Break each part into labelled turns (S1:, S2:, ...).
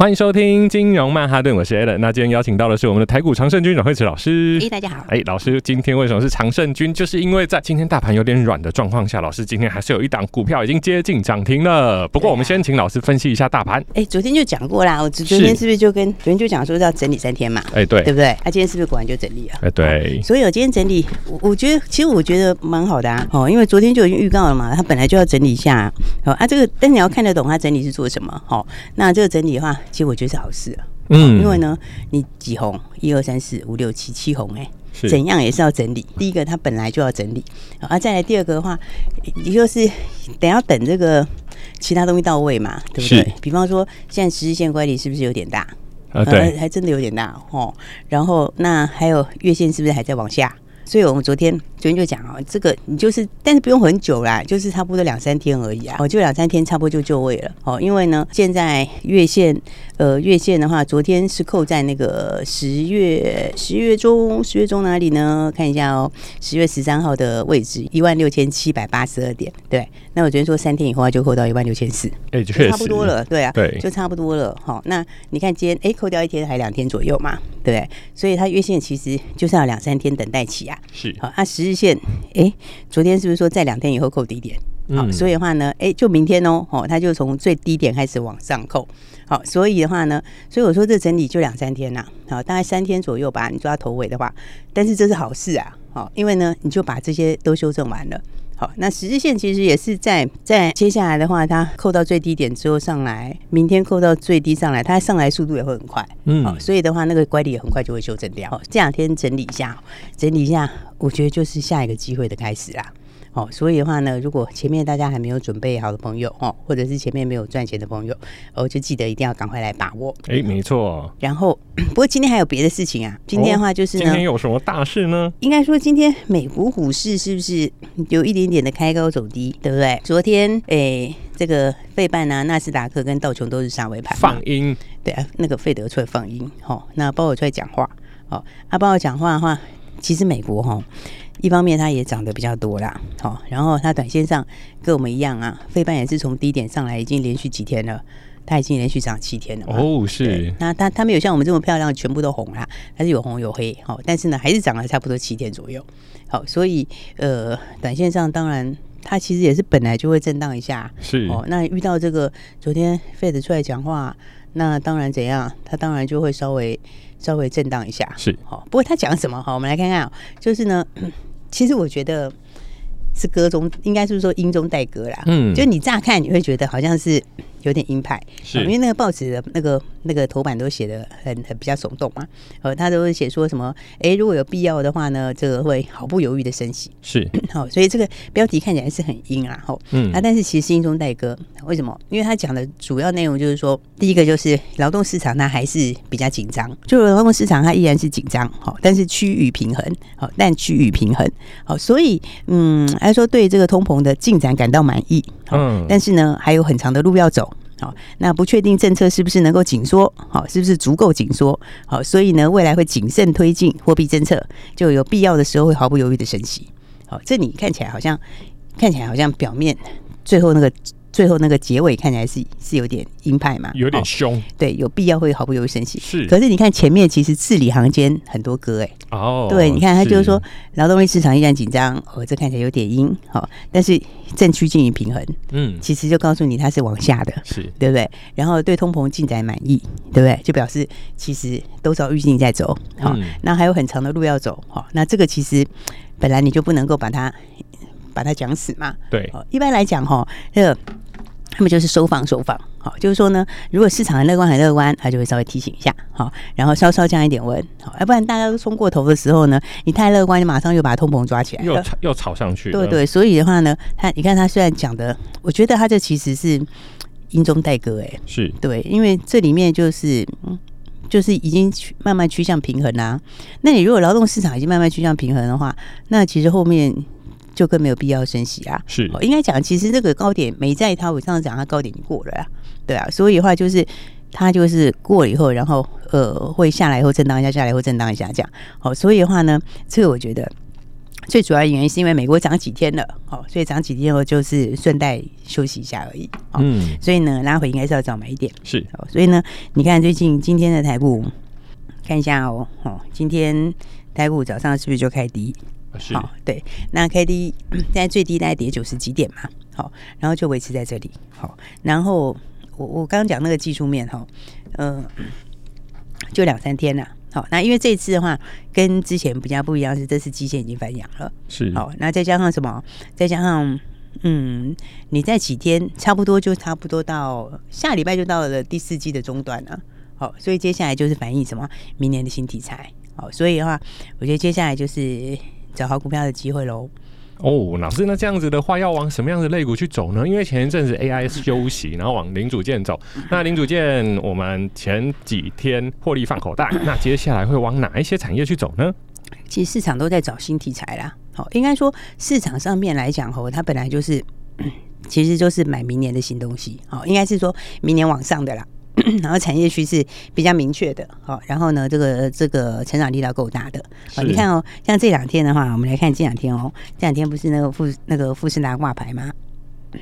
S1: 欢迎收听《金融曼哈顿》，我是 Alan。那今天邀请到的是我们的台股常胜军阮惠慈老师
S2: 哎、。大家好。
S1: 哎，老师，今天为什么是常胜军？就是因为在今天大盘有点软的状况下，老师今天还是有一档股票已经接近涨停了。不
S2: 啊
S1: 过，我们先请老师分析一下大盘。
S2: 哎、昨天就讲过啦，我昨昨天是不是就跟昨天就讲说要整理三天嘛，
S1: 哎，对
S2: 对，不对？那、今天是不是果然就整理了？
S1: 哎，对，
S2: 所以我今天整理，我我觉得其实我觉得蛮好的啊，哦，因为昨天就已经预告了嘛，它本来就要整理一下啊，哦啊，这个但你要看得懂它整理是做什么，哦，那这个整理的话，其实我觉得是好事啊，
S1: 嗯
S2: 因为呢，你几红，一二三四五六七七红、哎。
S1: 是
S2: 怎样也是要整理。第一个，它本来就要整理，好啊，再来第二个的话，也就是等要等这个其他东西到位嘛，对不
S1: 是
S2: 对？比方说，现在十日线乖离是不是有点大？
S1: 啊，
S2: 呃
S1: 对，
S2: 还真的有点大哦。然后那还有月线是不是还在往下？所以我们昨天昨天就讲哦，这个你就是，但是不用很久啦，就是差不多两三天而已啊，哦，就两三天差不多就就位了哦。因为呢，现在月线，呃，月线的话，昨天是扣在那个十月十月中十月中哪里呢？看一下哦，十月十三号的位置一万六千七百八十二点，对。那我昨天说三天以后啊它就扣到一万六千四，
S1: 哎，
S2: 就
S1: 确实
S2: 差不多。了，对啊，
S1: 对
S2: 就差不多了。好，那你看今天，哎，扣掉一天还两天左右嘛，对不对？所以它月线其实就是要两三天等待期啊。
S1: 是，
S2: 好，那、十日线，哎，昨天是不是说在两天以后扣低点？好、
S1: 嗯
S2: 所以的话呢，哎，就明天哦，哦，它就从最低点开始往上扣。好，所以的话呢，所以我说这整理就两三天啦、好，大概三天左右吧。你抓头尾的话，但是这是好事啊，好，因为呢，你就把这些都修正完了。好，那十日线其实也是在在接下来的话，它扣到最低点之后上来，明天扣到最低上来，它上来速度也会很快。
S1: 嗯
S2: 好，所以的话，那个乖离也很快就会修正掉。好这两天整理一下，整理一下，我觉得就是下一个机会的开始啦。哦，所以的话呢，如果前面大家还没有准备好的朋友哦，或者是前面没有赚钱的朋友，哦，就记得一定要赶快来把握。
S1: 哎，没错。
S2: 然后， 不过今天还有别的事情啊。今天的话就是
S1: 哦
S2: 呢，
S1: 今天有什么大事呢？
S2: 应该说，今天美国股市是不是有一点点的开高走低，对不对？昨天，诶、这个费半啊、纳斯达克跟道琼都是杀尾盘嘛，
S1: 放音，
S2: 对啊，那个费德出来放音，哦，那鲍尔出来讲话，哦，啊，鲍尔讲话的话，其实美国哈、哦，一方面它也涨得比较多啦，好、哦，然后它短线上跟我们一样啊，费半也是从低点上来，已经连续几天了，它已经连续涨七天了嘛。
S1: 哦，
S2: 啊对
S1: 是，
S2: 那它它没有像我们这么漂亮，全部都红啦，它是有红有黑，好、但是呢还是涨了差不多七天左右，好、所以呃，短线上当然它其实也是本来就会震荡一下，
S1: 是，
S2: 哦，那遇到这个昨天 Fed 出来讲话，那当然怎样，他当然就会稍微稍微震荡一下。
S1: 是
S2: 好、不过他讲什么？好，我们来看看、哦，就是呢， 其实我觉得是歌中，应该是说音中带歌啦。
S1: 嗯
S2: 就你乍看你会觉得好像是有点鹰派，
S1: 是
S2: 哦因为那个报纸的那个那个头版都写的很很比较耸动嘛，呃，他都会写说什么，诶，如果有必要的话呢，这个会毫不犹豫的升息。
S1: 是，
S2: 好、所以这个标题看起来是很阴啦，吼、
S1: 嗯
S2: 啊，但是其实是阴中带歌，为什么？因为他讲的主要内容就是说，第一个就是劳动市场它还是比较紧张，就劳动市场它依然是紧张，好、但是趋于平衡，好、但趋于平衡，好、所以嗯，来说对这个通膨的进展感到满意，好、
S1: 嗯
S2: 但是呢，还有很长的路要走。好，那不确定政策是不是能够紧缩，好，是不是足够紧缩，好，所以呢，未来会谨慎推进货币政策，就有必要的时候会毫不犹豫的升息。好，这你看起来好像看起来好像表面最后那个最后那个结尾看起来是是有点鹰派嘛，
S1: 有点
S2: 哦
S1: 凶
S2: 对，有必要会毫不犹豫升息。
S1: 是
S2: 可是你看前面其实字里行间很多歌哎、
S1: 哦。
S2: 对，你看他就是
S1: 是
S2: 说，劳动力市场依然紧张，哦，这看起来有点阴，好、但是正趋近于平衡，
S1: 嗯，
S2: 其实就告诉你它是往下的。
S1: 是，
S2: 对不对？然后对通膨进展满意，对不对？就表示其实都照预定在走，好、
S1: 嗯
S2: 那还有很长的路要走，好、那这个其实本来你就不能够把它把它讲死嘛，
S1: 对，
S2: 哦，一般来讲哈、哦，那个他们就是收放收放，好，就是说呢，如果市场很乐观很乐观，它就会稍微提醒一下，好，然后稍稍降一点温，好，要不然大家都冲过头的时候呢，你太乐观，你马上就把通膨抓起来
S1: 又
S2: 了。
S1: 炒又炒上去了，
S2: 对对，所以的话呢，他你看他虽然讲的，我觉得他这其实是因中带歌哎、
S1: 是
S2: 对，因为这里面就是嗯就是已经趋慢慢趋向平衡啦、那你如果劳动市场已经慢慢趋向平衡的话，那其实后面就更没有必要升息啊。
S1: 是
S2: 哦应该讲，其实这个高点没在它，我上次讲它高点已经过了啊，对啊，所以的话就是它就是过了以后，然后呃会下来以后震荡一下，下来以后震荡一下这样。好、所以的话呢，这个我觉得。最主要的原因是因为美国涨几天了，好、所以涨几天后就是顺带休息一下而已，好、
S1: 嗯
S2: 所以呢拉回应该是要早买一点。
S1: 是
S2: 哦，所以呢，你看最近今天的台股，看一下哦，哦，今天台股早上是不是就开低？
S1: 是
S2: 好、对，那开低 嗯现在最低大概跌九十几点嘛，好、然后就维持在这里，好、然后我我刚刚讲那个技术面哈、呃，就两三天了、好、那因为这次的话，跟之前比较不一样是，这次基线已经反阳了。
S1: 是
S2: 好，那再加上什么？再加上嗯，你在几天差不多就差不多到下礼拜就到了第四季的中段了。好，所以接下来就是反映什么？明年的新题材。好，所以的话，我觉得接下来就是找好股票的机会喽。
S1: 哦，老师，那这样子的话，要往什么样的类股去走呢？因为前一阵子 AI 休息，然后往零组件走。那零组件我们前几天获利放口袋，那接下来会往哪一些产业去走呢？
S2: 其实市场都在找新题材啦。好，应该说市场上面来讲，吼，它本来就是， 其实就是买明年的新东西。好，应该是说明年往上的啦。 然后产业趋势比较明确的，好，然后呢，这个这个成长力道够大的，好，
S1: 是
S2: 你看哦，像这两天的话，我们来看这两天哦，这两天不是那个富那个富士达挂牌吗？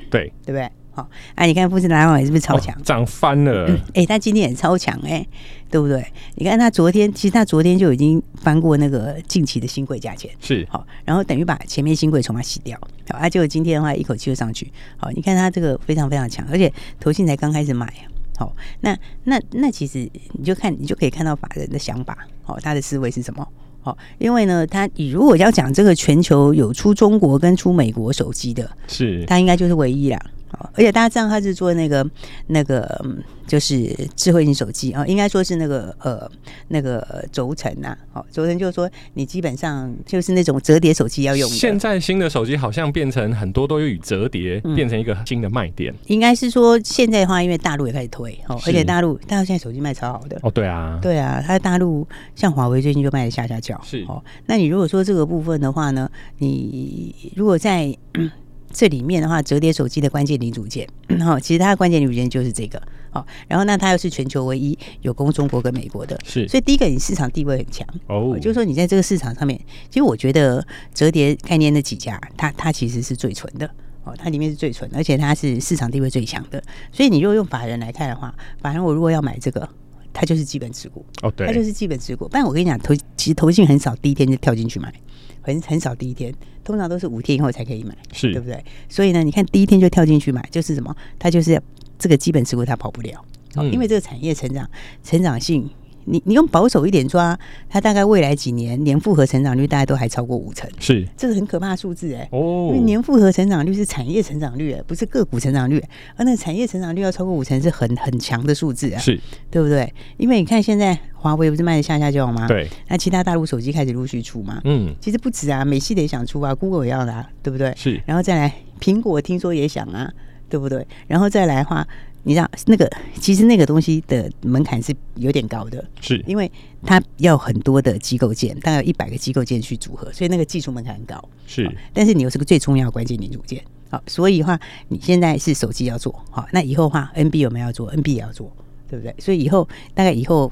S1: 对，
S2: 对不对？好，啊，你看富士达挂牌是不是超强
S1: 哦？涨、翻了，
S2: 哎、它今天也超强哎、对不对？你看它昨天，其实它昨天就已经翻过那个近期的新贵价钱，
S1: 是
S2: 好，然后等于把前面新贵筹码洗掉，好，啊，结果今天的话一口气就上去，好，你看它这个非常非常强，而且投信才刚开始买啊，好，那那那其实你就看你就可以看到法人的想法，好，他的思维是什么？好，因为呢，他你如果要讲这个全球有出中国跟出美国手机的，
S1: 是
S2: 它应该就是唯一啦。好而且大家知道它是做那个那个、嗯就是智慧型手机啊、哦，应该说是那个呃那个呃轴承呐、啊，好、轴承就是说你基本上就是那种折叠手机要用
S1: 现
S2: 的，
S1: 在新的手机好像变成很多都与折叠、
S2: 嗯
S1: 变成一个新的卖点。
S2: 应该是说现在的话，因为大陆也开始推哦，
S1: 是
S2: 而且大陆大陆现在手机卖超好的，
S1: 哦，对啊，
S2: 对啊，它大陆像华为最近就卖的下下脚，
S1: 是
S2: 哦。那你如果说这个部分的话呢，你如果在 嗯这里面的话，折叠手机的关键零组件，嗯哦，其实它的关键零组件就是这个，哦。然后那它又是全球唯一有供中国跟美国的，
S1: 是
S2: 所以第一个你市场地位很强，
S1: 哦
S2: 哦，就是说你在这个市场上面，其实我觉得折叠概念那几家，它它其实是最纯的。哦，它里面是最纯的，而且它是市场地位最强的，所以你如果用法人来看的话，法人我如果要买这个，它就是基本持股，
S1: 哦，
S2: 它就
S1: 对，
S2: 是基本持股。但我跟你讲，投其实投信很少第一天就跳进去买，很很少第一天，通常都是五天以后才可以买，对
S1: 是
S2: 不对？所以呢，你看第一天就跳进去买，就是什么？它就是这个基本持股它跑不了，哦
S1: 嗯
S2: 因为这个产业成长成长性。你你用保守一点抓，它大概未来几年年复合成长率大概都还超过五成，
S1: 是
S2: 这是很可怕的数字哎、因
S1: 哦
S2: 为，年复合成长率是产业成长率、哎不是个股成长率，而那个产业成长率要超过五成是很很强的数字啊。
S1: 是
S2: 对不对？因为你看现在华为不是卖的下下就好吗？，
S1: 对，
S2: 那其他大陆手机开始陆续出嘛。
S1: 嗯，
S2: 其实不止啊，美系的也想出啊，Google 也要啦、对不对？
S1: 是
S2: 然后再来，苹果听说也想啊，对不对？然后再来的话，你知道那个其实那个东西的门槛是有点高的，
S1: 是
S2: 因为它要很多的机构件，大概有一百个机构件去组合，所以那个技术门槛很高。
S1: 是
S2: 但是你又是个最重要的关键零组件。好，所以的话，你现在是手机要做好，那以后的话，NB 有没有要做？NB 也要做，对不对？所以以后大概以后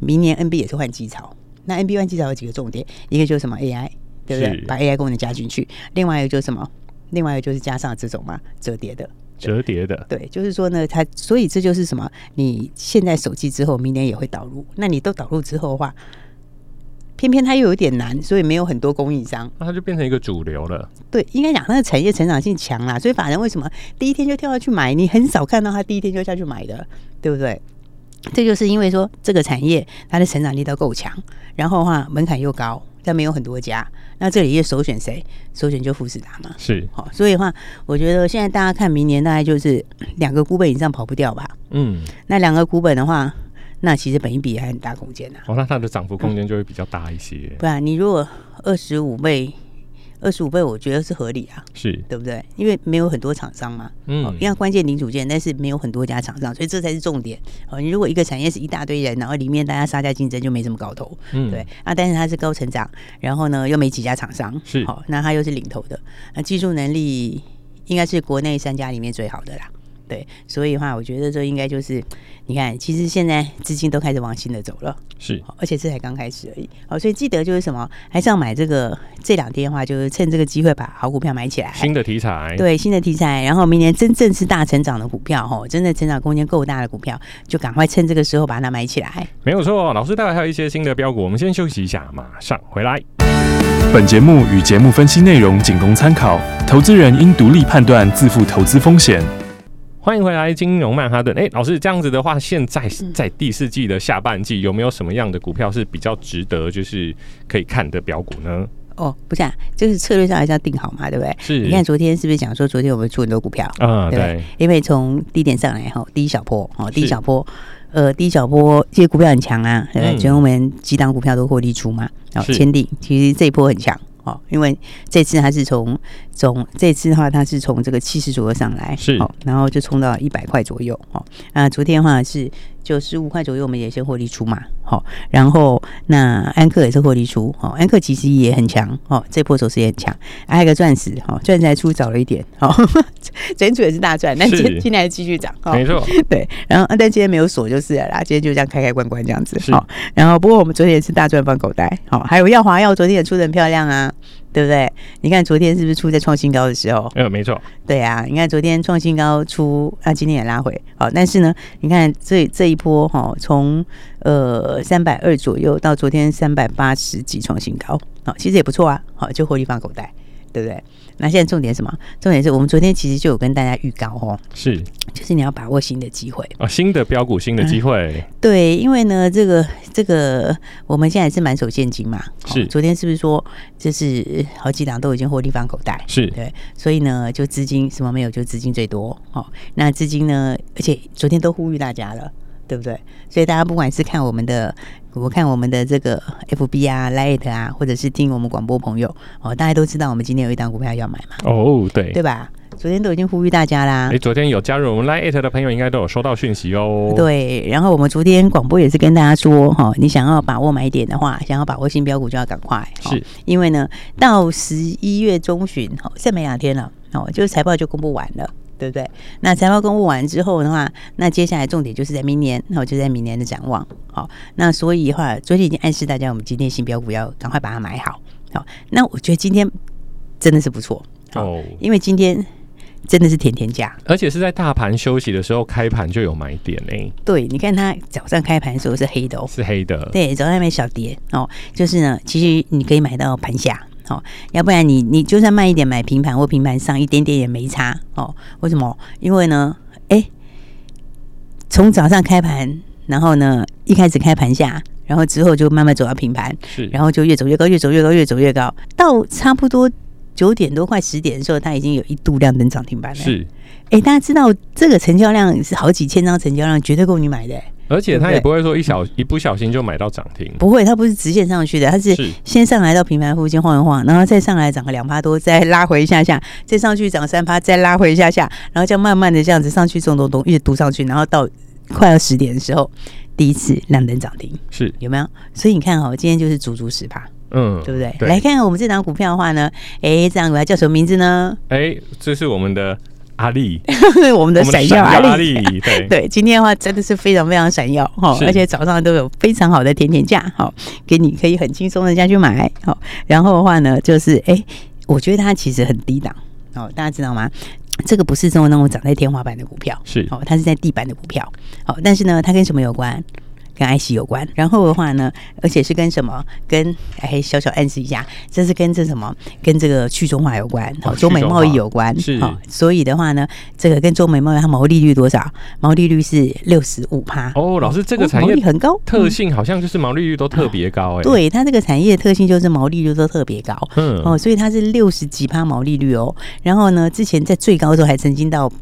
S2: 明年 NB 也是换机槽。那 NB 换机槽有几个重点，一个就是什么 AI，对不对
S1: 是？
S2: 把 AI 功能加进去。另外一个就是什么？另外一个就是加上这种嘛折叠的，
S1: 折叠的，
S2: 对，就是说呢，它所以这就是什么？你现在手机之后，明年也会导入。那你都导入之后的话，偏偏它又有点难，所以没有很多供应商。
S1: 那它就变成一个主流了。
S2: 对，应该讲它的产业成长性强啦，所以法人为什么第一天就跳下去买？你很少看到他第一天就下去买的，对不对？这就是因为说这个产业它的成长力道够强，然后的话门槛又高，但没有很多家。那这里又首选谁？首选就富士达嘛。
S1: 是，
S2: 好、所以的话，我觉得现在大家看明年大概就是两个股本以上跑不掉吧。
S1: 嗯，
S2: 那两个股本的话，那其实本一比还很大空间呐、
S1: 哦，那它的涨幅空间就会比较大一些，
S2: 不然你如果二十五倍，二十五倍我觉得是合理啊，
S1: 是，
S2: 对不对？因为没有很多厂商嘛，哦
S1: 嗯，
S2: 因为它关键零组件，但是没有很多家厂商，所以这才是重点。哦，你如果一个产业是一大堆人，然后里面大家杀价竞争，就没什么搞头。
S1: 嗯
S2: 对，啊，但是它是高成长，然后呢又没几家厂商，
S1: 是
S2: 好、那它又是领头的，那技术能力应该是国内三家里面最好的啦。对，所以的话，我觉得这应该就是，你看，其实现在资金都开始往新的走了，
S1: 是，
S2: 好而且这才刚开始而已。好、所以记得就是什么，还是要买这个这两天的话，就是趁这个机会把好股票买起来。
S1: 新的题材，
S2: 对新的题材，然后明年真正是大成长的股票，吼，真的成长空间够大的股票，就赶快趁这个时候把它买起来。
S1: 没有错。老师待会还有一些新的标股，我们先休息一下，马上回来。
S3: 本节目与节目分析内容仅供参考，投资人应独立判断，自负投资风险。
S1: 欢迎回来，金融曼哈顿。哎，老师，这样子的话，现在在第四季的下半季，有没有什么样的股票是比较值得就是可以看的标股呢？
S2: 哦，不是啊，就是策略上还是要定好嘛，对不对？
S1: 是，
S2: 你看昨天是不是讲说昨天我们出很多股票？
S1: 啊，
S2: 对
S1: 对，
S2: 因为从低点上来后，第一小波哦，第一
S1: 是
S2: 小波，呃，第一小波这些股票很强啊，对不对？
S1: 嗯
S2: 所以我们几档股票都获利出嘛，哦，
S1: 是
S2: 千定其实这一波很强哦，因为这次它是从从这次的话，它是从这个七十左右上来，
S1: 是
S2: 哦，然后就冲到一百块左右哦，那昨天的话是。九十五块左右，我们也先获利出嘛，哦好、然后那安克也是获利出，哦，安克其实也很强，哦，这波走势也很强，还有一个钻石，哦，钻石还出早了一点，哦， 整组也是大赚，但
S1: 是哎
S2: 今今天还继续涨，哦
S1: 没错，
S2: 对，然后啊但今天没有锁就是了啦，今天就这样开开关关这样子。
S1: 是
S2: 好、然后不过我们昨天也是大赚放口袋，好、还有耀华耀昨天也出的很漂亮啊，对不对？你看昨天是不是出在创新高的时候？
S1: 呃，没错，
S2: 对啊，你看昨天创新高出，啊，今天也拉回，好、但是呢，你看这这一波哈、从呃三百二左右到昨天三百八十几创新高，好、其实也不错啊，好、就获利放口袋，对不对？那现在重点是什么？重点是我们昨天其实就有跟大家预告哦，
S1: 是
S2: 就是你要把握新的机会。
S1: 啊，新的标股，新的机会，
S2: 对，因为呢，这个这个，我们现在是满手现金嘛，哦
S1: 是
S2: 昨天是不是说就是好几档都已经获利放口袋？
S1: 是
S2: 对，所以呢，就资金什么没有，就资金最多哦。那资金呢，而且昨天都呼吁大家了，对不对？所以大家不管是看我们的，我看我们的这个 FB 啊、Lite 啊，或者是听我们广播朋友哦，大家都知道我们今天有一档股票要买嘛，
S1: 哦，对。
S2: 对吧？昨天都已经呼吁大家啦。
S1: 哎，昨天有加入我们 Line at 的朋友，应该都有收到讯息哦。，
S2: 对，然后我们昨天广播也是跟大家说哈、你想要把握买点的话，想要把握新标股就要赶快，哦
S1: 是
S2: 因为呢，到十一月中旬，哦，剩没两天了，哦，就是财报就公布完了。对不对？那财报公布完之后的话，那接下来重点就是在明年，那我就在明年的展望。好、那所以的话，昨天已经暗示大家，我们今天新标股要赶快把它买好。好、那我觉得今天真的是不错，
S1: 哦，
S2: 因为今天真的是甜甜价。
S1: 而且是在大盘休息的时候开盘就有买点呢、
S2: 对，你看它早上开盘的时候是黑的哦，
S1: 是黑的。
S2: 对，早上买小碟哦，就是呢，其实你可以买到盘下哦，要不然你你就算慢一点买平盘或平盘上一点点也没差哦。为什么？因为呢，哎，从早上开盘，然后呢一开始开盘下，然后之后就慢慢走到平盘，
S1: 是，
S2: 然后就越走越高，越走越高，越走越高，到差不多九点多快十点的时候，它已经有一度亮灯涨停板了。，
S1: 是，
S2: 哎，大家知道这个成交量是好几千张成交量，绝对够你买的。诶
S1: 而且它
S2: 对
S1: 也
S2: 不
S1: 不会说一小一不小心就买到涨停。
S2: 不会，它不是直线上去的，它是
S1: 是
S2: 先上来到平盘附近晃一晃，然后再上来涨个两趴多，再拉回一下下，再上去涨三趴，再拉回一下下，然后这样慢慢的这样子上去，咚咚咚，一直读上去，然后到快要十点的时候，第一次亮灯涨停，
S1: 是，
S2: 有没有？所以你看哦，今天就是足足十趴，
S1: 嗯，
S2: 对不对？来，看看我们这档股票的话呢，哎，这档股票叫什么名字呢？
S1: 哎，这是我们的阿力，
S2: 我们的
S1: 我们
S2: 闪耀阿力。
S1: 力，对，
S2: 对，今天的话真的是非常非常闪耀哈，哦
S1: 是
S2: 而且早上都有非常好的甜甜价哈，哦给你可以很轻松的下去买好，哦然后的话呢，就是哎，我觉得它其实很低档哦，大家知道吗？这个不是这种那种涨在天花板的股票，
S1: 是
S2: 哦，它是在地板的股票，哦，但是呢，它跟什么有关？跟 IC 有关。然后的话呢，而且是跟什么？跟哎，小小暗示一下，这是跟这什么？跟这个去中华有关，好
S1: 哦
S2: 中美
S1: 去中
S2: 贸易
S1: 华
S2: 有关。
S1: 是
S2: 好所以的话呢，这个跟中美贸易，它毛利率多少？毛利率是六十五趴。
S1: 哦，老师，这个产
S2: 哦毛
S1: 业
S2: 利很高，嗯
S1: 特性好像就是毛利率都特别高哎、，
S2: 对它这个产业的特性就是毛利率都特别高。
S1: 嗯，
S2: 哦，所以它是六十几趴毛利率哦。然后呢，之前在最高的时候还曾经到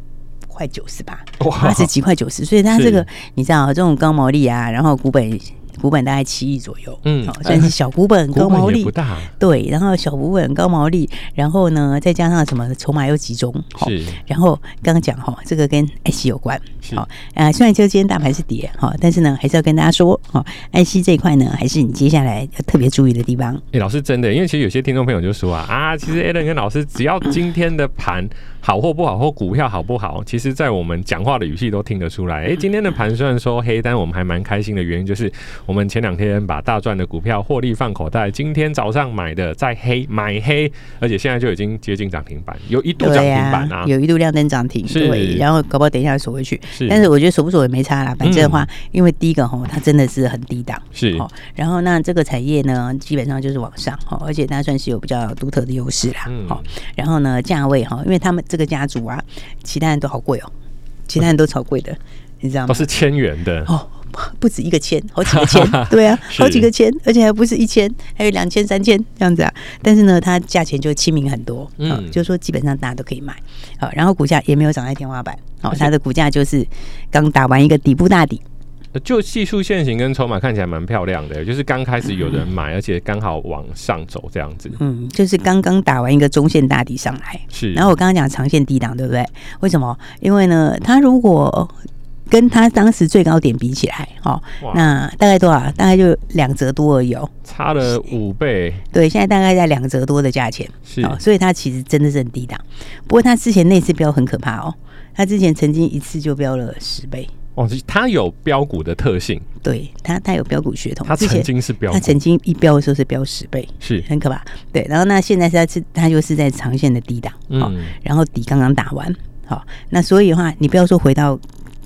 S2: 快九十吧，八
S1: 哇
S2: 十几块九十，所以它这个
S1: 是
S2: 你知道这种高毛利啊，然后股本股本大概七亿左右，
S1: 嗯
S2: 哦，算是小股本
S1: 股
S2: 高毛
S1: 本也
S2: 利
S1: 不，大，
S2: 对，然后小股本高毛利，然后呢再加上什么筹码又集中，哦
S1: 是
S2: 然后刚刚讲哈，这个跟 IC 有关，
S1: 是
S2: 啊、虽然就今天大盘是跌哈、但是呢，还是要跟大家说，哦，IC 这一块呢，还是你接下来要特别注意的地方。
S1: 哎、老师真的，因为其实有些听众朋友就说啊啊，其实 a l a n 跟老师只要今天的盘好或不好，或股票好不好，其实在我们讲话的语气都听得出来。哎、
S2: 嗯
S1: 今天的盘虽然说黑，但我们还蛮开心的原因就是，我们前两天把大赚的股票获利放口袋，今天早上买的在黑买黑，而且现在就已经接近涨停板，有一度涨
S2: 对
S1: 停
S2: 呀，
S1: 板啊，
S2: 有一度亮灯涨停，
S1: 是
S2: 对，然后搞不好等一下锁回去，
S1: 是嗯
S2: 但是我觉得锁不锁也没差啦，反正的话，因为第一个吼，它真的是很低档，
S1: 是
S2: 哦，然后那这个产业呢，基本上就是往上哈，哦而且它算是有比较独特的优势啦
S1: 嗯，
S2: 好、然后呢，价位哈，因为他们这个家族啊，其他人都好贵哦，其他人都超贵的，你知道吗
S1: 都？是千元的，
S2: 哦， 不不止一个千，好几个千，对啊，
S1: 是
S2: 好几个千，而且还不是一千，还有两千、三千这样子啊。但是呢，它价钱就亲民很多，
S1: 嗯
S2: 嗯，就是说基本上大家都可以买，好、然后股价也没有涨在天花板，好、
S1: 而且
S2: 哦它的股价就是刚打完一个底部大底，
S1: 就技术线型跟筹码看起来蛮漂亮的，就是刚开始有人买，而且刚好往上走这样子，
S2: 嗯，就是刚刚打完一个中线大底上来。
S1: 是，
S2: 然后我刚刚讲长线低档，对不对？为什么？因为呢，它如果跟它当时最高点比起来，哦
S1: 哇，
S2: 那大概多少？大概就两折多而已哦。
S1: 差了五倍，
S2: 对，现在大概在两折多的价钱。
S1: 是
S2: 哦，所以它其实真的是很低档。不过它之前那次标很可怕哦，它之前曾经一次就标了十倍。
S1: 哦，它有标股的特性，
S2: 对它，它有标股血统。
S1: 它
S2: 之
S1: 曾
S2: 前
S1: 经是标股
S2: 它，曾经一标的时候是标十倍，
S1: 是，
S2: 很可怕。对，然后那现在是它是它就是在长线的低档，哦，
S1: 嗯，
S2: 然后底刚刚打完，好、那所以的话，你不要说回到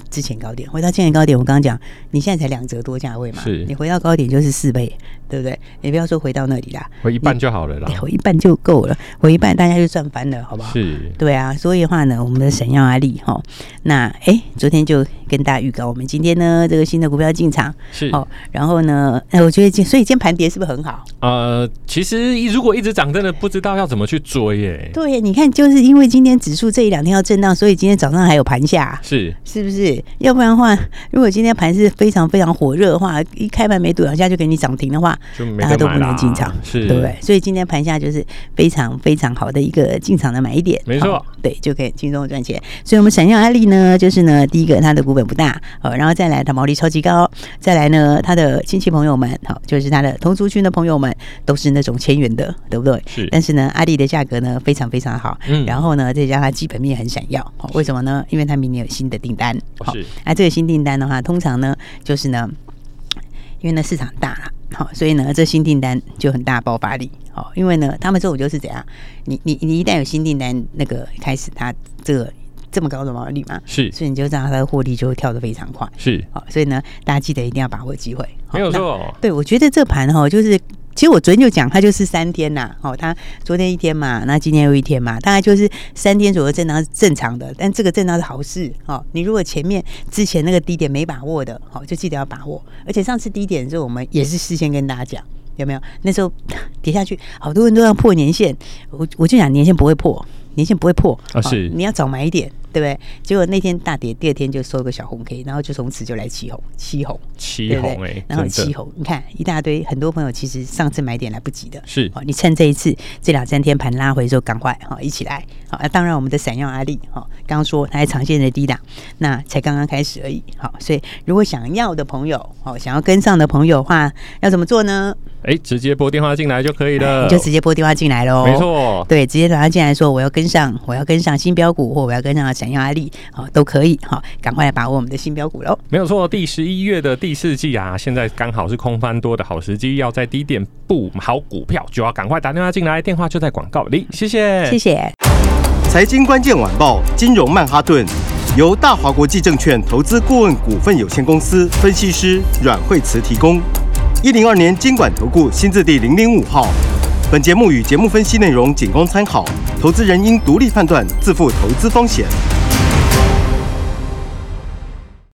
S2: 之前高点，回到之前高点，我刚刚讲，你现在才两折多价位嘛
S1: 是，
S2: 你回到高点就是四倍，对不对？你不要说回到那里啦，
S1: 回一半就好了啦
S2: 哎，回一半就够了，回一半大家就赚翻了，好不好？
S1: 是，
S2: 对啊，所以的话呢，我们的闪耀阿力哈，吼那哎、昨天就跟大家预告，我们今天呢这个新的股票进场
S1: 是，
S2: 哦，然后呢，哎、我觉得今所以今天盘跌是不是很好？
S1: 呃，其实如果一直涨，真的不知道要怎么去追耶，
S2: 对呀，你看就是因为今天指数这一两天要震荡，所以今天早上还有盘下、
S1: 是，
S2: 是不是？要不然的话，如果今天盘是非常非常火热的话，一开盘没多两下就给你涨停的话，
S1: 就没
S2: 大家
S1: 得
S2: 都
S1: 买
S2: 不
S1: 啦
S2: 能进场，
S1: 是，
S2: 对不对？所以今天盘下就是非常非常好的一个进场的买点，
S1: 没错
S2: 哦对，就可以轻松地赚钱。所以我们闪耀案例呢，就是呢，第一个它的股本不大，哦，然后再来它毛利超级高，再来呢，它的亲戚朋友们，好、就是它的同族群的朋友们，都是那种千元的，对不对？
S1: 是
S2: 但是呢，阿里的价格呢非常非常好，
S1: 嗯
S2: 然后呢，再加上它基本面很闪耀，哦为什么呢？因为它明年有新的订单，好
S1: 是
S2: 那这个新订单的话，通常呢就是呢，因为呢市场大了，好、所以呢这新订单就很大爆发力，好、因为呢他们这种就是怎样，你你你一旦有新订单那个开始，它这个这么高的毛利嘛，
S1: 是
S2: 所以你就知道它的获利就会跳得非常快，
S1: 是，
S2: 好、所以呢大家记得一定要把握机会，好
S1: 没有。
S2: 那
S1: 错，
S2: 对，我觉得这盘哈、哦，就是其实我昨天就讲，它就是三天呐、哦，它昨天一天嘛，那今天又一天嘛，大概就是三天左右震荡是正常的，但这个震荡是好事哦。你如果前面之前那个低点没把握的，哦，就记得要把握。而且上次低点的时候，我们也是事先跟大家讲。有没有？那时候 跌下去，好多人都要破年线，我我就想年线不会破，年线不会破哦
S1: 啊是
S2: 你要早买一点，对不对？结果那天大跌，第二天就收个小红 K，然后就从此就来起红，起红，
S1: 七
S2: 对不对
S1: 红哎，
S2: 然后
S1: 真
S2: 七
S1: 的
S2: 红，你看一大堆，很多朋友其实上次买点来不及的，
S1: 是
S2: 哦，你趁这一次这两三天盘拉回之后，赶快哈、哦、一起来，好、啊，当然我们的闪耀阿力哈、哦，刚刚说它在长线的低档，那才刚刚开始而已，好、所以如果想要的朋友，哦，想要跟上的朋友的话，要怎么做呢？
S1: 哎，直接拨电话进来就可以了，
S2: 哎你就直接拨电话进来喽，
S1: 呃没。错，
S2: 对，直接打他进来说我要跟上，我要跟上新标股，或我要跟上闪耀阿力，好、都可以，好、赶快来把握我们的新标股喽。
S1: 没有错，第十一月的第四季啊，现在刚好是空翻多的好时机，要在低点布好股票，就要赶快打电话进来，电话就在广告里，谢谢，
S2: 谢谢。
S4: 财经关键晚报，金融曼哈顿，由大华国际证券投资顾问股份有限公司分析师阮惠慈提供。一零二年经管投顾新字第零零五号。本节目与节目分析内容仅供参考，投资人应独立判断，自负投资风险。